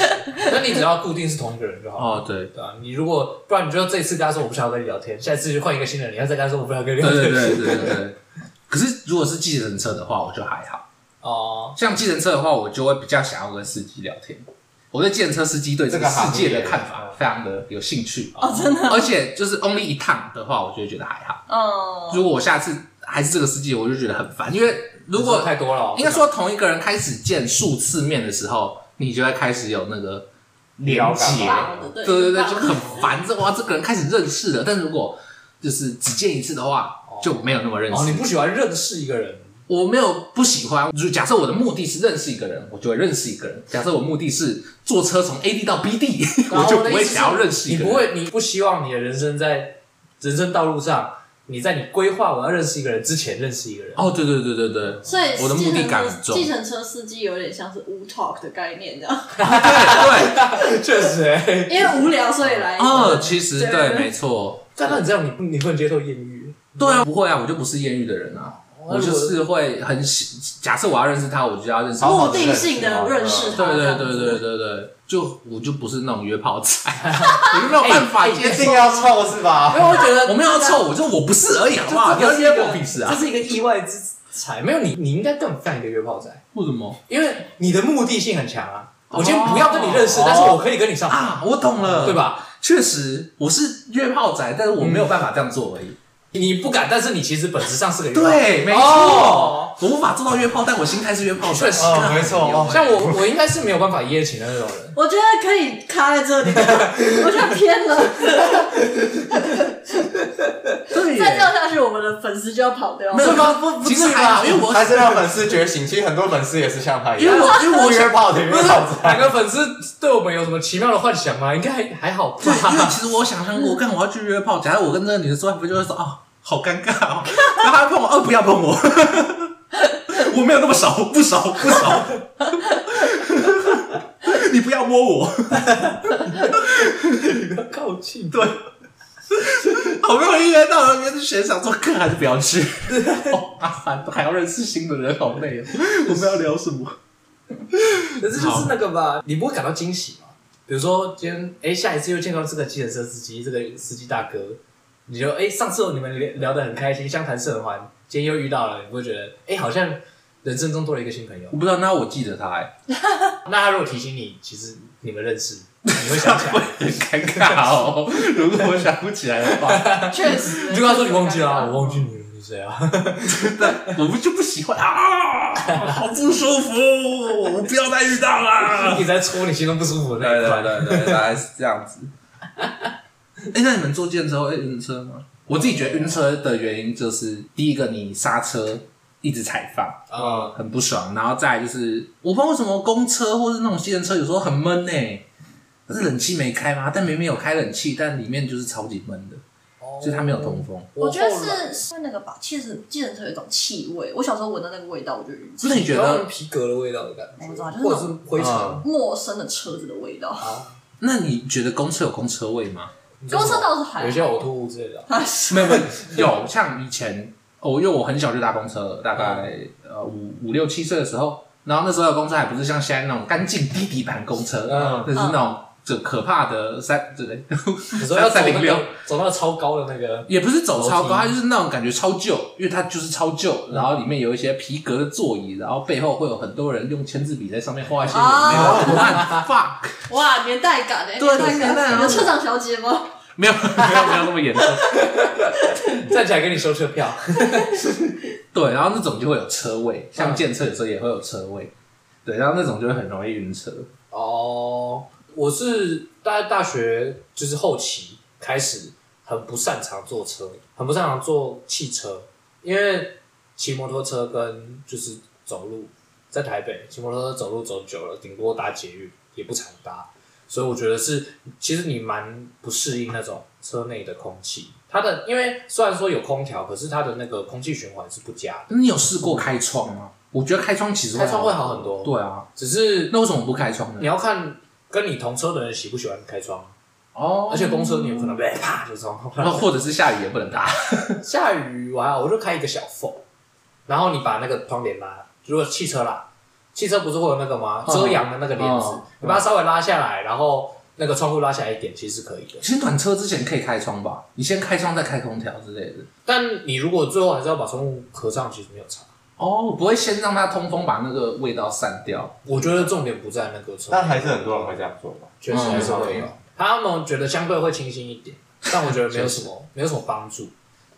[SPEAKER 2] 那你只要固定是同一个人就好了。
[SPEAKER 1] 哦，对，
[SPEAKER 2] 对啊，你如果不然你就这一次跟他说我不想要跟你聊天，下一次就换一个新人，你要再跟他说我不想跟你聊
[SPEAKER 1] 对
[SPEAKER 2] 天。
[SPEAKER 1] 对对对对对。可是如果是计程车的话，我就还好。
[SPEAKER 2] 哦，
[SPEAKER 1] 像计程车的话，我就会比较想要跟司机聊天。我对计程车司机对这
[SPEAKER 3] 这
[SPEAKER 1] 个
[SPEAKER 3] 个
[SPEAKER 1] 世
[SPEAKER 3] 行
[SPEAKER 1] 界的
[SPEAKER 3] 业
[SPEAKER 1] 看法非常的有兴趣，啊
[SPEAKER 4] 哦，真的，
[SPEAKER 1] 而且就是 only 一趟的话，我就会觉得还好。
[SPEAKER 4] 嗯，
[SPEAKER 1] 如果我下次还是这个司机，我就觉得很烦，因为如
[SPEAKER 2] 这
[SPEAKER 1] 果
[SPEAKER 2] 太多了哦，
[SPEAKER 1] 应该说同一个人开始见数次面的时候，你就会开始有那个了解
[SPEAKER 3] 聊感
[SPEAKER 4] 棒的，对
[SPEAKER 1] 对对对，
[SPEAKER 4] 棒
[SPEAKER 1] 就
[SPEAKER 4] 的
[SPEAKER 1] 很烦。这哇，这个人开始认识了，但如果就是只见一次的话，就没有那么认
[SPEAKER 2] 哦，
[SPEAKER 1] 识。
[SPEAKER 2] 你不喜欢认识一个人，
[SPEAKER 1] 我没有不喜欢，就假设我的目的是认识一个人，我就会认识一个人；假设我目的是坐车从 A 地到 B 地，
[SPEAKER 2] 然
[SPEAKER 1] 我
[SPEAKER 2] 后
[SPEAKER 1] 就
[SPEAKER 2] 我的
[SPEAKER 1] 不
[SPEAKER 2] 意
[SPEAKER 1] 会
[SPEAKER 2] 思是
[SPEAKER 1] 想要认识一
[SPEAKER 2] 你
[SPEAKER 1] 个人。
[SPEAKER 2] 不会，你不希望你的人生在人生道路上，你在你规划我要认识一个人之前认识一个 人。
[SPEAKER 1] 哦，对对对对对，
[SPEAKER 4] 所以
[SPEAKER 1] 我的目的感很
[SPEAKER 4] 计程
[SPEAKER 1] 重
[SPEAKER 4] 车计程车司机有点像是无 talk 的概念这样，
[SPEAKER 1] 对对，
[SPEAKER 2] 确实、欸，
[SPEAKER 4] 因为无聊所以来。
[SPEAKER 1] 哦，其实对，
[SPEAKER 4] 对
[SPEAKER 1] 没错，
[SPEAKER 2] 但那你这样，你不你不能接受艳遇？
[SPEAKER 1] 对啊，不会啊，我就不是艳遇的人啊，
[SPEAKER 2] 哦
[SPEAKER 1] 我就是会很喜。假设我要认识他，我就要认识
[SPEAKER 3] 好
[SPEAKER 1] 他。
[SPEAKER 3] 好
[SPEAKER 4] 目的性的认识
[SPEAKER 1] 对
[SPEAKER 4] 他，
[SPEAKER 1] 对
[SPEAKER 4] 这样
[SPEAKER 1] 对
[SPEAKER 4] 子
[SPEAKER 1] 对对对，就我就不是那种约炮仔，我就没有办法
[SPEAKER 2] 哎哎
[SPEAKER 1] 接
[SPEAKER 3] 一
[SPEAKER 1] 受。
[SPEAKER 3] 定要凑是吧？
[SPEAKER 2] 因为我觉 得
[SPEAKER 1] 哎我没有要臭，我就我不是而已，好不好？不
[SPEAKER 2] 这
[SPEAKER 1] 要
[SPEAKER 2] 真的是一
[SPEAKER 1] 约
[SPEAKER 2] 个
[SPEAKER 1] 我屁事
[SPEAKER 2] 这
[SPEAKER 1] 啊！
[SPEAKER 2] 是一个意外之财。没有你，你应该更犯一个约炮仔，
[SPEAKER 1] 为什么？
[SPEAKER 2] 因为你的目的性很强啊。
[SPEAKER 1] 哦
[SPEAKER 2] 我今天不要跟你认识，但是我可以跟你上床，
[SPEAKER 1] 啊，我懂了，
[SPEAKER 2] 对？吧？
[SPEAKER 1] 确实，我是约炮仔，但是我没有办法这样做而已。
[SPEAKER 2] 你不敢，但是你其实本质上是个约炮。
[SPEAKER 1] 对，没错，
[SPEAKER 2] 哦
[SPEAKER 1] 我无法做到约炮，但我心态是约炮仔。
[SPEAKER 2] 确实
[SPEAKER 3] 哦，没错，哦
[SPEAKER 2] 像我，我应该是没有办法一夜情的那种人。
[SPEAKER 4] 我觉得可以卡在这 里，我觉得偏了，
[SPEAKER 1] 对
[SPEAKER 4] 再这
[SPEAKER 1] 耶，
[SPEAKER 4] 样下去，我们的粉丝就要跑掉
[SPEAKER 1] 没。有
[SPEAKER 3] 这个不不
[SPEAKER 1] 其
[SPEAKER 3] 至
[SPEAKER 1] 实
[SPEAKER 3] 于
[SPEAKER 1] 还
[SPEAKER 3] 吧
[SPEAKER 1] 好，因为我
[SPEAKER 3] 还 是让粉丝觉醒。其实很多粉丝也是像他一
[SPEAKER 1] 因为
[SPEAKER 3] 样，
[SPEAKER 1] 我因为我
[SPEAKER 3] 不约炮的约炮
[SPEAKER 2] 哪
[SPEAKER 3] 仔。
[SPEAKER 2] 个粉丝对我们有什么奇妙的幻想吗？应该还还好吧。
[SPEAKER 1] 对，因为其实我想象过，干我要去约炮，假如我跟这个女的说，不就会说哦，好尴尬 哦，然后她碰我，哦，不要碰我， 我没有那么熟，不熟，不熟， 你不要摸我，
[SPEAKER 2] 不要靠近。
[SPEAKER 1] 对，好不容易约到了，约是谁想说，看还是不要 去，好哦麻烦，还要认识新的人，好累哦，我们要聊什么？
[SPEAKER 2] 可是就是那个吧，你不会感到惊喜吗？比如说今天，哎、下一次又见到这个计程车司机，这个司机大哥，你就哎、诶上次你们聊聊得很开心，相谈甚欢，今天又遇到了，你不会觉得哎、诶好像人生中多了一个新朋友
[SPEAKER 1] 我？不知道，那我记得他、哎，
[SPEAKER 2] 那他如果提醒你，其实你们认识，你会想起 来。
[SPEAKER 1] 很尴尬 哦，如果我想不起来的 话，
[SPEAKER 4] 确实，
[SPEAKER 2] 你就跟他说你忘记了啊、
[SPEAKER 4] 尴尬
[SPEAKER 2] 我忘记你了，你谁啊？
[SPEAKER 1] 我们就不喜欢啊，好不舒服，我不要再遇到了。
[SPEAKER 2] 你在戳你心中不舒服的那
[SPEAKER 1] 对
[SPEAKER 2] 一块
[SPEAKER 1] 对。对对，大概是这样 子。哎、那你们坐电车会晕车吗？我自己觉得晕车的原因就是，第一个你刹车一直踩放，
[SPEAKER 3] 嗯
[SPEAKER 2] 啊、
[SPEAKER 1] 很不爽，然后再来就是，我不知道为什么公车或是那种计程车有时候很闷呢、可是冷气没开吗？但明明有开冷气，但里面就是超级闷的，
[SPEAKER 2] 哦
[SPEAKER 1] 就是它没有通风。
[SPEAKER 4] 我觉得是是那个吧，其实计程车有一种气味，我小时候闻到那个味道，我就晕车
[SPEAKER 1] 那你觉
[SPEAKER 2] 有
[SPEAKER 1] 得？啊
[SPEAKER 2] 皮革的味道的感
[SPEAKER 4] 我知道
[SPEAKER 2] 觉，
[SPEAKER 4] 就是
[SPEAKER 2] 或者是灰尘。
[SPEAKER 3] 嗯
[SPEAKER 4] 陌生的车子的味道。
[SPEAKER 2] 啊，
[SPEAKER 1] 那你觉得公车有公车位吗？
[SPEAKER 2] 你知道
[SPEAKER 4] 公
[SPEAKER 2] 吗
[SPEAKER 4] 车倒是还
[SPEAKER 2] 有一些呕吐物之类 的啊。
[SPEAKER 4] 啊是
[SPEAKER 1] 没有，没有，有。像以前，哦，因为我很小就搭公车，大概、
[SPEAKER 2] 嗯
[SPEAKER 1] 呃五五六七岁的时候，然后那时候的公车还不是像现在那种干净低底盘公车，
[SPEAKER 2] 嗯
[SPEAKER 1] 那是那种这可怕的三这类，
[SPEAKER 2] 你说要走那
[SPEAKER 1] 306
[SPEAKER 2] 个走到超高的那个，
[SPEAKER 1] 也不是走超高，
[SPEAKER 2] 楼梯
[SPEAKER 1] 它就是那种感觉超旧，因为它就是超旧，然后里面有一些皮革的座椅，然后背后会有很多人用签字笔在上面画一些有
[SPEAKER 2] 啊
[SPEAKER 1] 没有
[SPEAKER 4] 哦
[SPEAKER 1] 图案，fuck，
[SPEAKER 4] 哇，年代感哎、
[SPEAKER 1] 对年代
[SPEAKER 4] 年代
[SPEAKER 1] 感
[SPEAKER 4] 感。有车长小姐吗？
[SPEAKER 1] 没有没有没有那么 严重，
[SPEAKER 2] 站起来给你收车票。
[SPEAKER 1] 对，然后那种就会有车位，像
[SPEAKER 2] 嗯
[SPEAKER 1] 建车有时候也会有车位，对，然后那种就会很容易晕车，
[SPEAKER 2] 哦，我是大大学就是后期开始很不擅长坐车，很不擅长坐汽车，因为骑摩托车跟就是走路，在台北骑摩托车走路走久了，顶多搭捷运也不常搭，所以我觉得是其实你蛮不适应那种车内的空气。它的因为虽然说有空调，可是它的那个空气循环是不佳的，
[SPEAKER 1] 那你有试过开窗吗？我觉得开窗其实
[SPEAKER 2] 开窗会好很多。，
[SPEAKER 1] 对啊，
[SPEAKER 2] 只是
[SPEAKER 1] 那为什么不开窗
[SPEAKER 2] 你
[SPEAKER 1] 呢？
[SPEAKER 2] 要看跟你同车的人喜不喜欢开窗。
[SPEAKER 1] 哦
[SPEAKER 2] 而且公车你有可能被
[SPEAKER 1] 嗯
[SPEAKER 2] 啪就撞
[SPEAKER 1] 然后
[SPEAKER 2] 到。
[SPEAKER 1] 或者是下雨也不能搭，
[SPEAKER 2] 下雨我还好，我就开一个小缝，然后你把那个窗帘拉，如果汽车啦，汽车不是会有那个吗？
[SPEAKER 1] 嗯
[SPEAKER 2] 遮阳的那个帘子，
[SPEAKER 1] 嗯
[SPEAKER 2] 你把它稍微拉下来，然后那个窗户拉下来一点，其实是可以的。
[SPEAKER 1] 其实暖车之前可以开窗吧，你先开窗再开空调之类的。
[SPEAKER 2] 但你如果最后还是要把窗户合上，其实没有差。
[SPEAKER 1] 哦，不会先让它通风，把那个味道散掉。
[SPEAKER 2] 我觉得重点不在那个车，
[SPEAKER 1] 嗯
[SPEAKER 3] 但还是很多人会这样做嘛。
[SPEAKER 2] 确实还是会有。他们觉得相对会清新一点，但我觉得没有什 么，没有什么帮助。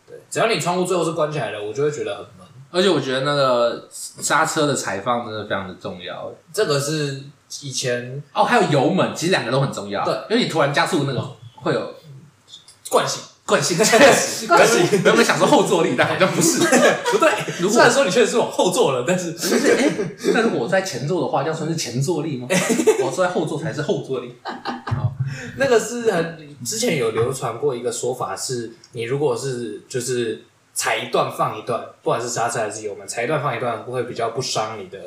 [SPEAKER 2] 对，只要你窗户最后是关起来的，我就会觉得很闷。
[SPEAKER 1] 而且我觉得那个刹车的踩放真的非常的重要。
[SPEAKER 2] 这个是以前
[SPEAKER 1] 哦，还有油门，其实两个都很重要。
[SPEAKER 2] 对，
[SPEAKER 1] 因为你突然加速那个会有
[SPEAKER 2] 惯性，
[SPEAKER 1] 惯性。
[SPEAKER 4] 惯
[SPEAKER 2] 性
[SPEAKER 1] 我 原本想说后坐力，但好像不 是。
[SPEAKER 2] 不对，
[SPEAKER 1] 如果
[SPEAKER 2] 虽然说你确实是往后坐了，但是
[SPEAKER 1] 就是哎，那如果我在前座的话，这样算是前坐力吗？我坐在后座才是后坐力。
[SPEAKER 2] 那个是很之前有流传过一个说法是，你如果是就是踩一段放一段，不管是刹车还是油门，踩一段放一段会比较不伤你的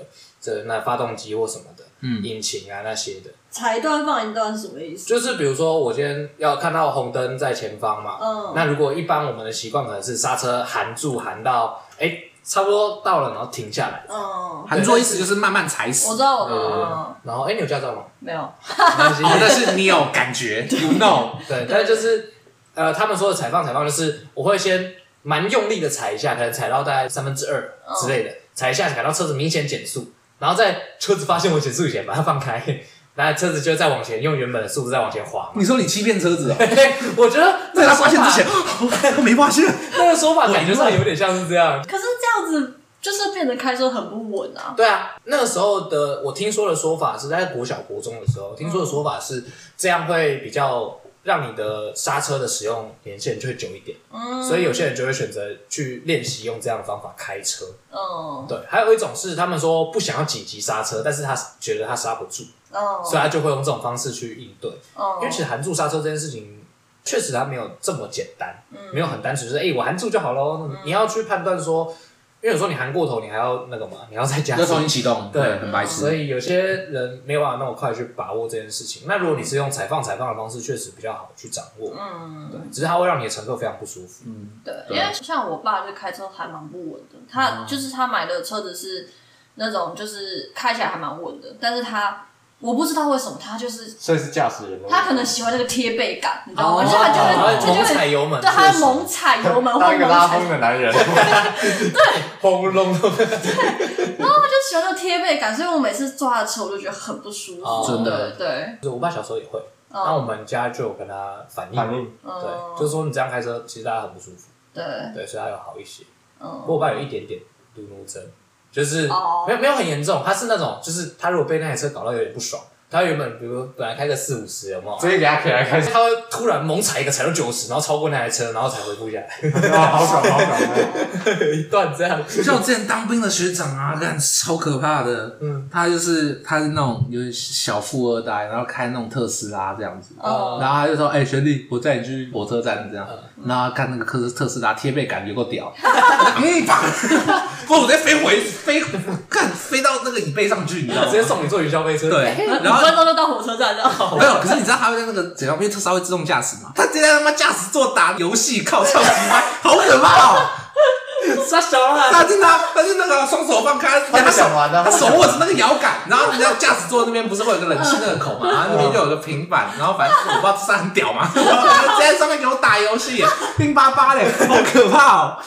[SPEAKER 2] 这那发动机或什么的，
[SPEAKER 1] 嗯
[SPEAKER 2] 引擎啊那些的。
[SPEAKER 4] 踩一段放一段是什么意思？
[SPEAKER 2] 就是比如说我今天要看到红灯在前方嘛，
[SPEAKER 4] 嗯
[SPEAKER 2] 那如果一般我们的习惯可能是刹车含住含到哎、差不多到了，然后停下来，
[SPEAKER 4] 嗯，
[SPEAKER 1] 含坐意思就是慢慢踩死。
[SPEAKER 4] 我知
[SPEAKER 1] 哦，
[SPEAKER 4] 道，我知
[SPEAKER 2] 嗯
[SPEAKER 4] 道，，
[SPEAKER 2] 然后哎、你有驾照吗？
[SPEAKER 4] 没有，
[SPEAKER 2] 没关系
[SPEAKER 1] 哦但是你有感觉，you know。
[SPEAKER 2] 对，但是就是呃，他们说的踩放踩放就是我会先蛮用力的踩一下，可能踩到大概三分之二
[SPEAKER 1] 嗯
[SPEAKER 2] 之类的，踩一下踩到车子明显减速，然后在车子发现我减速以前把它放开，然后车子就再往前用原本的速度再往前滑嘛。
[SPEAKER 1] 你说你欺骗车子哦？
[SPEAKER 2] 我觉得这
[SPEAKER 1] 在他
[SPEAKER 2] 个说
[SPEAKER 1] 发现之前
[SPEAKER 2] 法，，
[SPEAKER 1] 我 没发 现。
[SPEAKER 2] 那个说法感觉上有点像是这样。
[SPEAKER 4] 可是这样子就是变得开车很不稳啊。
[SPEAKER 2] 对啊，那个时候的我听说的说法是在国小国中的时候，听说的说法是这样会比较让你的刹车的使用年限就会久一点。
[SPEAKER 4] 嗯，
[SPEAKER 2] 所以有些人就会选择去练习用这样的方法开车。
[SPEAKER 4] 嗯
[SPEAKER 2] 对，还有一种是他们说不想要紧急刹车，但是他觉得他刹不住，
[SPEAKER 4] 嗯，
[SPEAKER 2] 所以他就会用这种方式去应对。
[SPEAKER 4] 嗯
[SPEAKER 2] 因为其实含住刹车这件事情，确实它没有这么简单，
[SPEAKER 4] 嗯
[SPEAKER 2] 没有很单纯，就是哎、诶我含住就好喽。你要去判断说，因为有时候你含过头，你还要那个
[SPEAKER 4] 嗯
[SPEAKER 2] 嘛，你要再加
[SPEAKER 1] 要
[SPEAKER 2] 速
[SPEAKER 1] 重新启动，
[SPEAKER 2] 对
[SPEAKER 1] 对，很白
[SPEAKER 2] 所
[SPEAKER 1] 痴。
[SPEAKER 2] 以有些人没有办法那么快去把握这件事情。那如果你是用踩放踩放的方式，确实比较好去掌握。
[SPEAKER 4] 嗯，
[SPEAKER 2] 对，只是它会让你的乘客非常不舒服。
[SPEAKER 4] 对，
[SPEAKER 1] 对
[SPEAKER 4] 因为像我爸就开车还蛮不稳的，他、就是他买的车子是那种就是开起来还蛮稳的，但是他我不知道为什么他就是
[SPEAKER 3] 所以是驾驶人的问题。
[SPEAKER 4] 他可能喜欢那个贴背感，你知道吗？
[SPEAKER 1] 哦
[SPEAKER 4] 就他就会
[SPEAKER 2] 然后
[SPEAKER 4] 他就
[SPEAKER 2] 猛踩
[SPEAKER 4] 会
[SPEAKER 2] 油门，
[SPEAKER 4] 对，他会猛踩油门或
[SPEAKER 3] 当一
[SPEAKER 4] 猛
[SPEAKER 3] 个拉风
[SPEAKER 4] 踩，
[SPEAKER 3] 的男人，
[SPEAKER 2] 轰隆隆。
[SPEAKER 4] 他就喜欢那个贴背感，所以我每次坐他的车我就觉得很不舒服，
[SPEAKER 2] 哦
[SPEAKER 1] 真的
[SPEAKER 4] 对，对
[SPEAKER 2] 我爸小时候也会，那我
[SPEAKER 4] 嗯哦
[SPEAKER 2] 们家就有跟他反映，
[SPEAKER 3] 反应
[SPEAKER 2] 对，就是说你这样开车，其实大家很不舒服，
[SPEAKER 4] 对，
[SPEAKER 2] 对，所以他有好一些。不过
[SPEAKER 4] 嗯
[SPEAKER 2] 我爸有一点点路怒症，就是
[SPEAKER 4] 哦
[SPEAKER 2] 没有没有很严重，他是那种就是他如果被那台车搞到有点不爽，他原本比如说本来开个四五十有没有？
[SPEAKER 3] 直接给他开来开，
[SPEAKER 2] 他会突然猛踩一个，踩到九十，然后超过那台车，然后才回复下来，
[SPEAKER 3] 哇，哦好爽好爽！
[SPEAKER 2] 一段这样。
[SPEAKER 1] 像我之前当兵的学长啊，干超可怕的。
[SPEAKER 2] 嗯，
[SPEAKER 1] 他就是他是那种有点小富二代，然后开那种特斯拉这样子。
[SPEAKER 4] 嗯
[SPEAKER 1] 然后他就说：“哎、学弟，我载你去火车站这样。”
[SPEAKER 2] 嗯
[SPEAKER 1] 然后他看那个特特斯拉贴背感有够屌，嗯，啪！不，我再飞回飞，干飞到那个椅背上去，你知道吗
[SPEAKER 2] 直？接送你坐云霄飞车。
[SPEAKER 1] 对，然
[SPEAKER 4] 五
[SPEAKER 1] 后
[SPEAKER 4] 分钟就到火车站 了，
[SPEAKER 1] 没有，可是你知道他会在那个怎样？因为特斯拉会自动驾驶嘛，他直接在他妈驾驶座打游戏，靠，超级歪，好可怕哦！
[SPEAKER 2] 傻小啊啦，
[SPEAKER 1] 他是拿，他是那个双手放开，
[SPEAKER 3] 他
[SPEAKER 1] 他
[SPEAKER 3] 不
[SPEAKER 1] 手
[SPEAKER 3] 想玩啊
[SPEAKER 1] 他手握着那个摇杆，然后人家驾驶座那边不是会有个冷气那个口嘛，然后那边就有个平板，然后反正我不知道这是很屌 嘛，然后他就直接在上面给我打游戏耶，冰巴巴嘞，好可怕哦，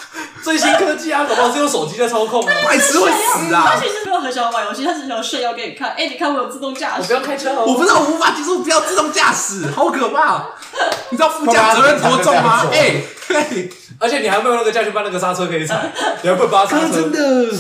[SPEAKER 2] 最新科技啊，搞不好是用手机在操控啊。
[SPEAKER 1] 白痴会死啊
[SPEAKER 4] 他！其实没有很喜欢玩游戏，他只想炫耀给你看。哎、你看我有自动驾
[SPEAKER 2] 我
[SPEAKER 4] 驶，
[SPEAKER 2] 不要开车哦，
[SPEAKER 1] 我不知道，我无法接受不要自动驾驶，好可怕！哦你知道副驾责任多重吗？
[SPEAKER 3] 干嘛
[SPEAKER 1] 哎，嘿
[SPEAKER 2] 而且你还没有那个驾训班那个刹车可以踩， 你还不扒刹
[SPEAKER 3] 他
[SPEAKER 2] 车
[SPEAKER 3] 真，的，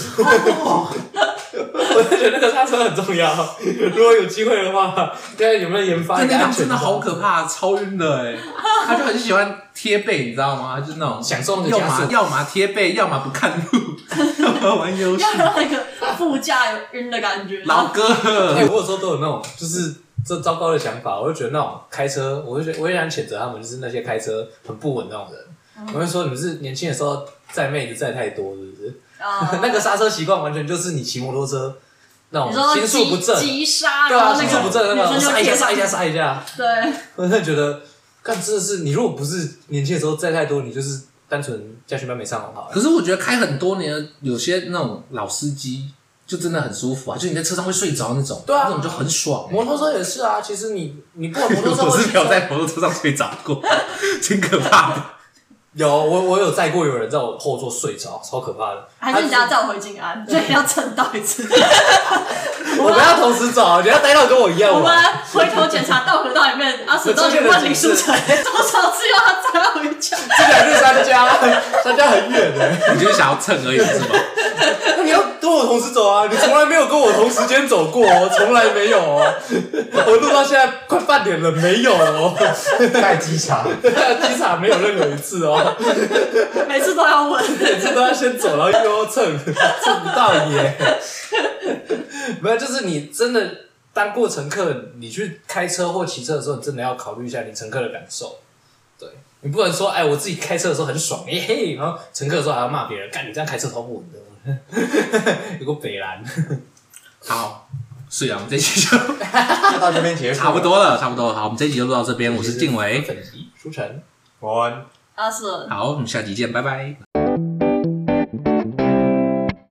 [SPEAKER 2] 我就觉得那个刹车很重要。 如果有机会的话，看看有没有研发
[SPEAKER 1] 那
[SPEAKER 2] 一个
[SPEAKER 1] 那
[SPEAKER 2] 安
[SPEAKER 1] 张
[SPEAKER 2] 全
[SPEAKER 1] 真的
[SPEAKER 2] 的
[SPEAKER 1] 好可怕，超晕的哎，他就很喜欢贴背，你知道吗？就是那种
[SPEAKER 2] 享受那个
[SPEAKER 1] 要
[SPEAKER 2] 加
[SPEAKER 1] 么
[SPEAKER 2] 速。
[SPEAKER 1] 要么贴背，要么不看路， 要么玩游戏。
[SPEAKER 4] 要让 那个副驾有晕的感觉。
[SPEAKER 1] 老
[SPEAKER 2] 哎，
[SPEAKER 1] 哥，
[SPEAKER 2] 我有时候都有那种就是这糟糕的想法，我就觉得那种开车，我就觉得我也想谴责他们，就是那些开车很不稳那种人。
[SPEAKER 4] 嗯
[SPEAKER 2] 我就说你们是年轻的时候载妹子载太多，是 不是？
[SPEAKER 4] 啊
[SPEAKER 2] 那个刹车习惯完全就是你骑摩托车那
[SPEAKER 4] 你说
[SPEAKER 2] 种心术不正，
[SPEAKER 4] 急急刹，
[SPEAKER 2] 对
[SPEAKER 4] 然
[SPEAKER 2] 啊，
[SPEAKER 4] 后那
[SPEAKER 2] 心术
[SPEAKER 4] 个
[SPEAKER 2] 不正那
[SPEAKER 4] 女
[SPEAKER 2] 种
[SPEAKER 4] 生
[SPEAKER 2] 刹
[SPEAKER 4] 就
[SPEAKER 2] 一下
[SPEAKER 4] 贴
[SPEAKER 2] 刹一下刹一下。
[SPEAKER 4] 对，
[SPEAKER 2] 我真的觉得，干真的是你如果不是年轻的时候载太多，你就是单纯驾训班没上完好了。
[SPEAKER 1] 可是我觉得开很多年的，有些那种老司机就真的很舒服啊，就你在车上会睡着那种，
[SPEAKER 2] 对啊
[SPEAKER 1] 那种就很爽。
[SPEAKER 2] 摩托车也是啊，其实你你 不管摩托车
[SPEAKER 1] 我
[SPEAKER 2] 或
[SPEAKER 1] 是
[SPEAKER 2] 汽
[SPEAKER 1] 没
[SPEAKER 2] 车
[SPEAKER 1] 有在摩托车上睡着过， 挺可怕的。
[SPEAKER 2] 有我我有载过有人在我后座睡着，超可怕的。
[SPEAKER 4] 还是你
[SPEAKER 2] 他
[SPEAKER 4] 家载我回静安，所以要蹭到 一次。
[SPEAKER 2] 是我们要同时走，啊你要待到跟我一样
[SPEAKER 4] 我
[SPEAKER 2] 晚。
[SPEAKER 4] 们回头检查道河道里面，阿水到底问李书成多少次要他载他回家？
[SPEAKER 2] 这两是三家，三家很远的、
[SPEAKER 1] 你就是想要蹭而已是吗？
[SPEAKER 2] 那你要跟我同时走啊！你从来没有跟我同时间走过哦，从来没有哦。我录到现在快半点了，没有哦，
[SPEAKER 3] 在机场，
[SPEAKER 2] 机场没有任何一次哦。
[SPEAKER 4] 每次都要问。
[SPEAKER 2] 每次都要先走，然后又要蹭， 蹭不到耶。 没有，就是你真的当过乘客，你去开车或骑车的时候，你真的要考虑一下你乘客的感受。对你不能说，哎，我自己开车的时候很爽，耶、嘿，然后乘客的时候还要骂别人，干你这样开车超不稳的， 有个北蓝。
[SPEAKER 1] 好，是啊，我们这期就
[SPEAKER 3] 就到这边结束，
[SPEAKER 1] 差不。多了，差不多了。好，我们这期就录到这边，我是静伟。
[SPEAKER 2] 粉吉舒晨。
[SPEAKER 3] 我们
[SPEAKER 4] 阿水。
[SPEAKER 1] 好，我们下期见，拜拜。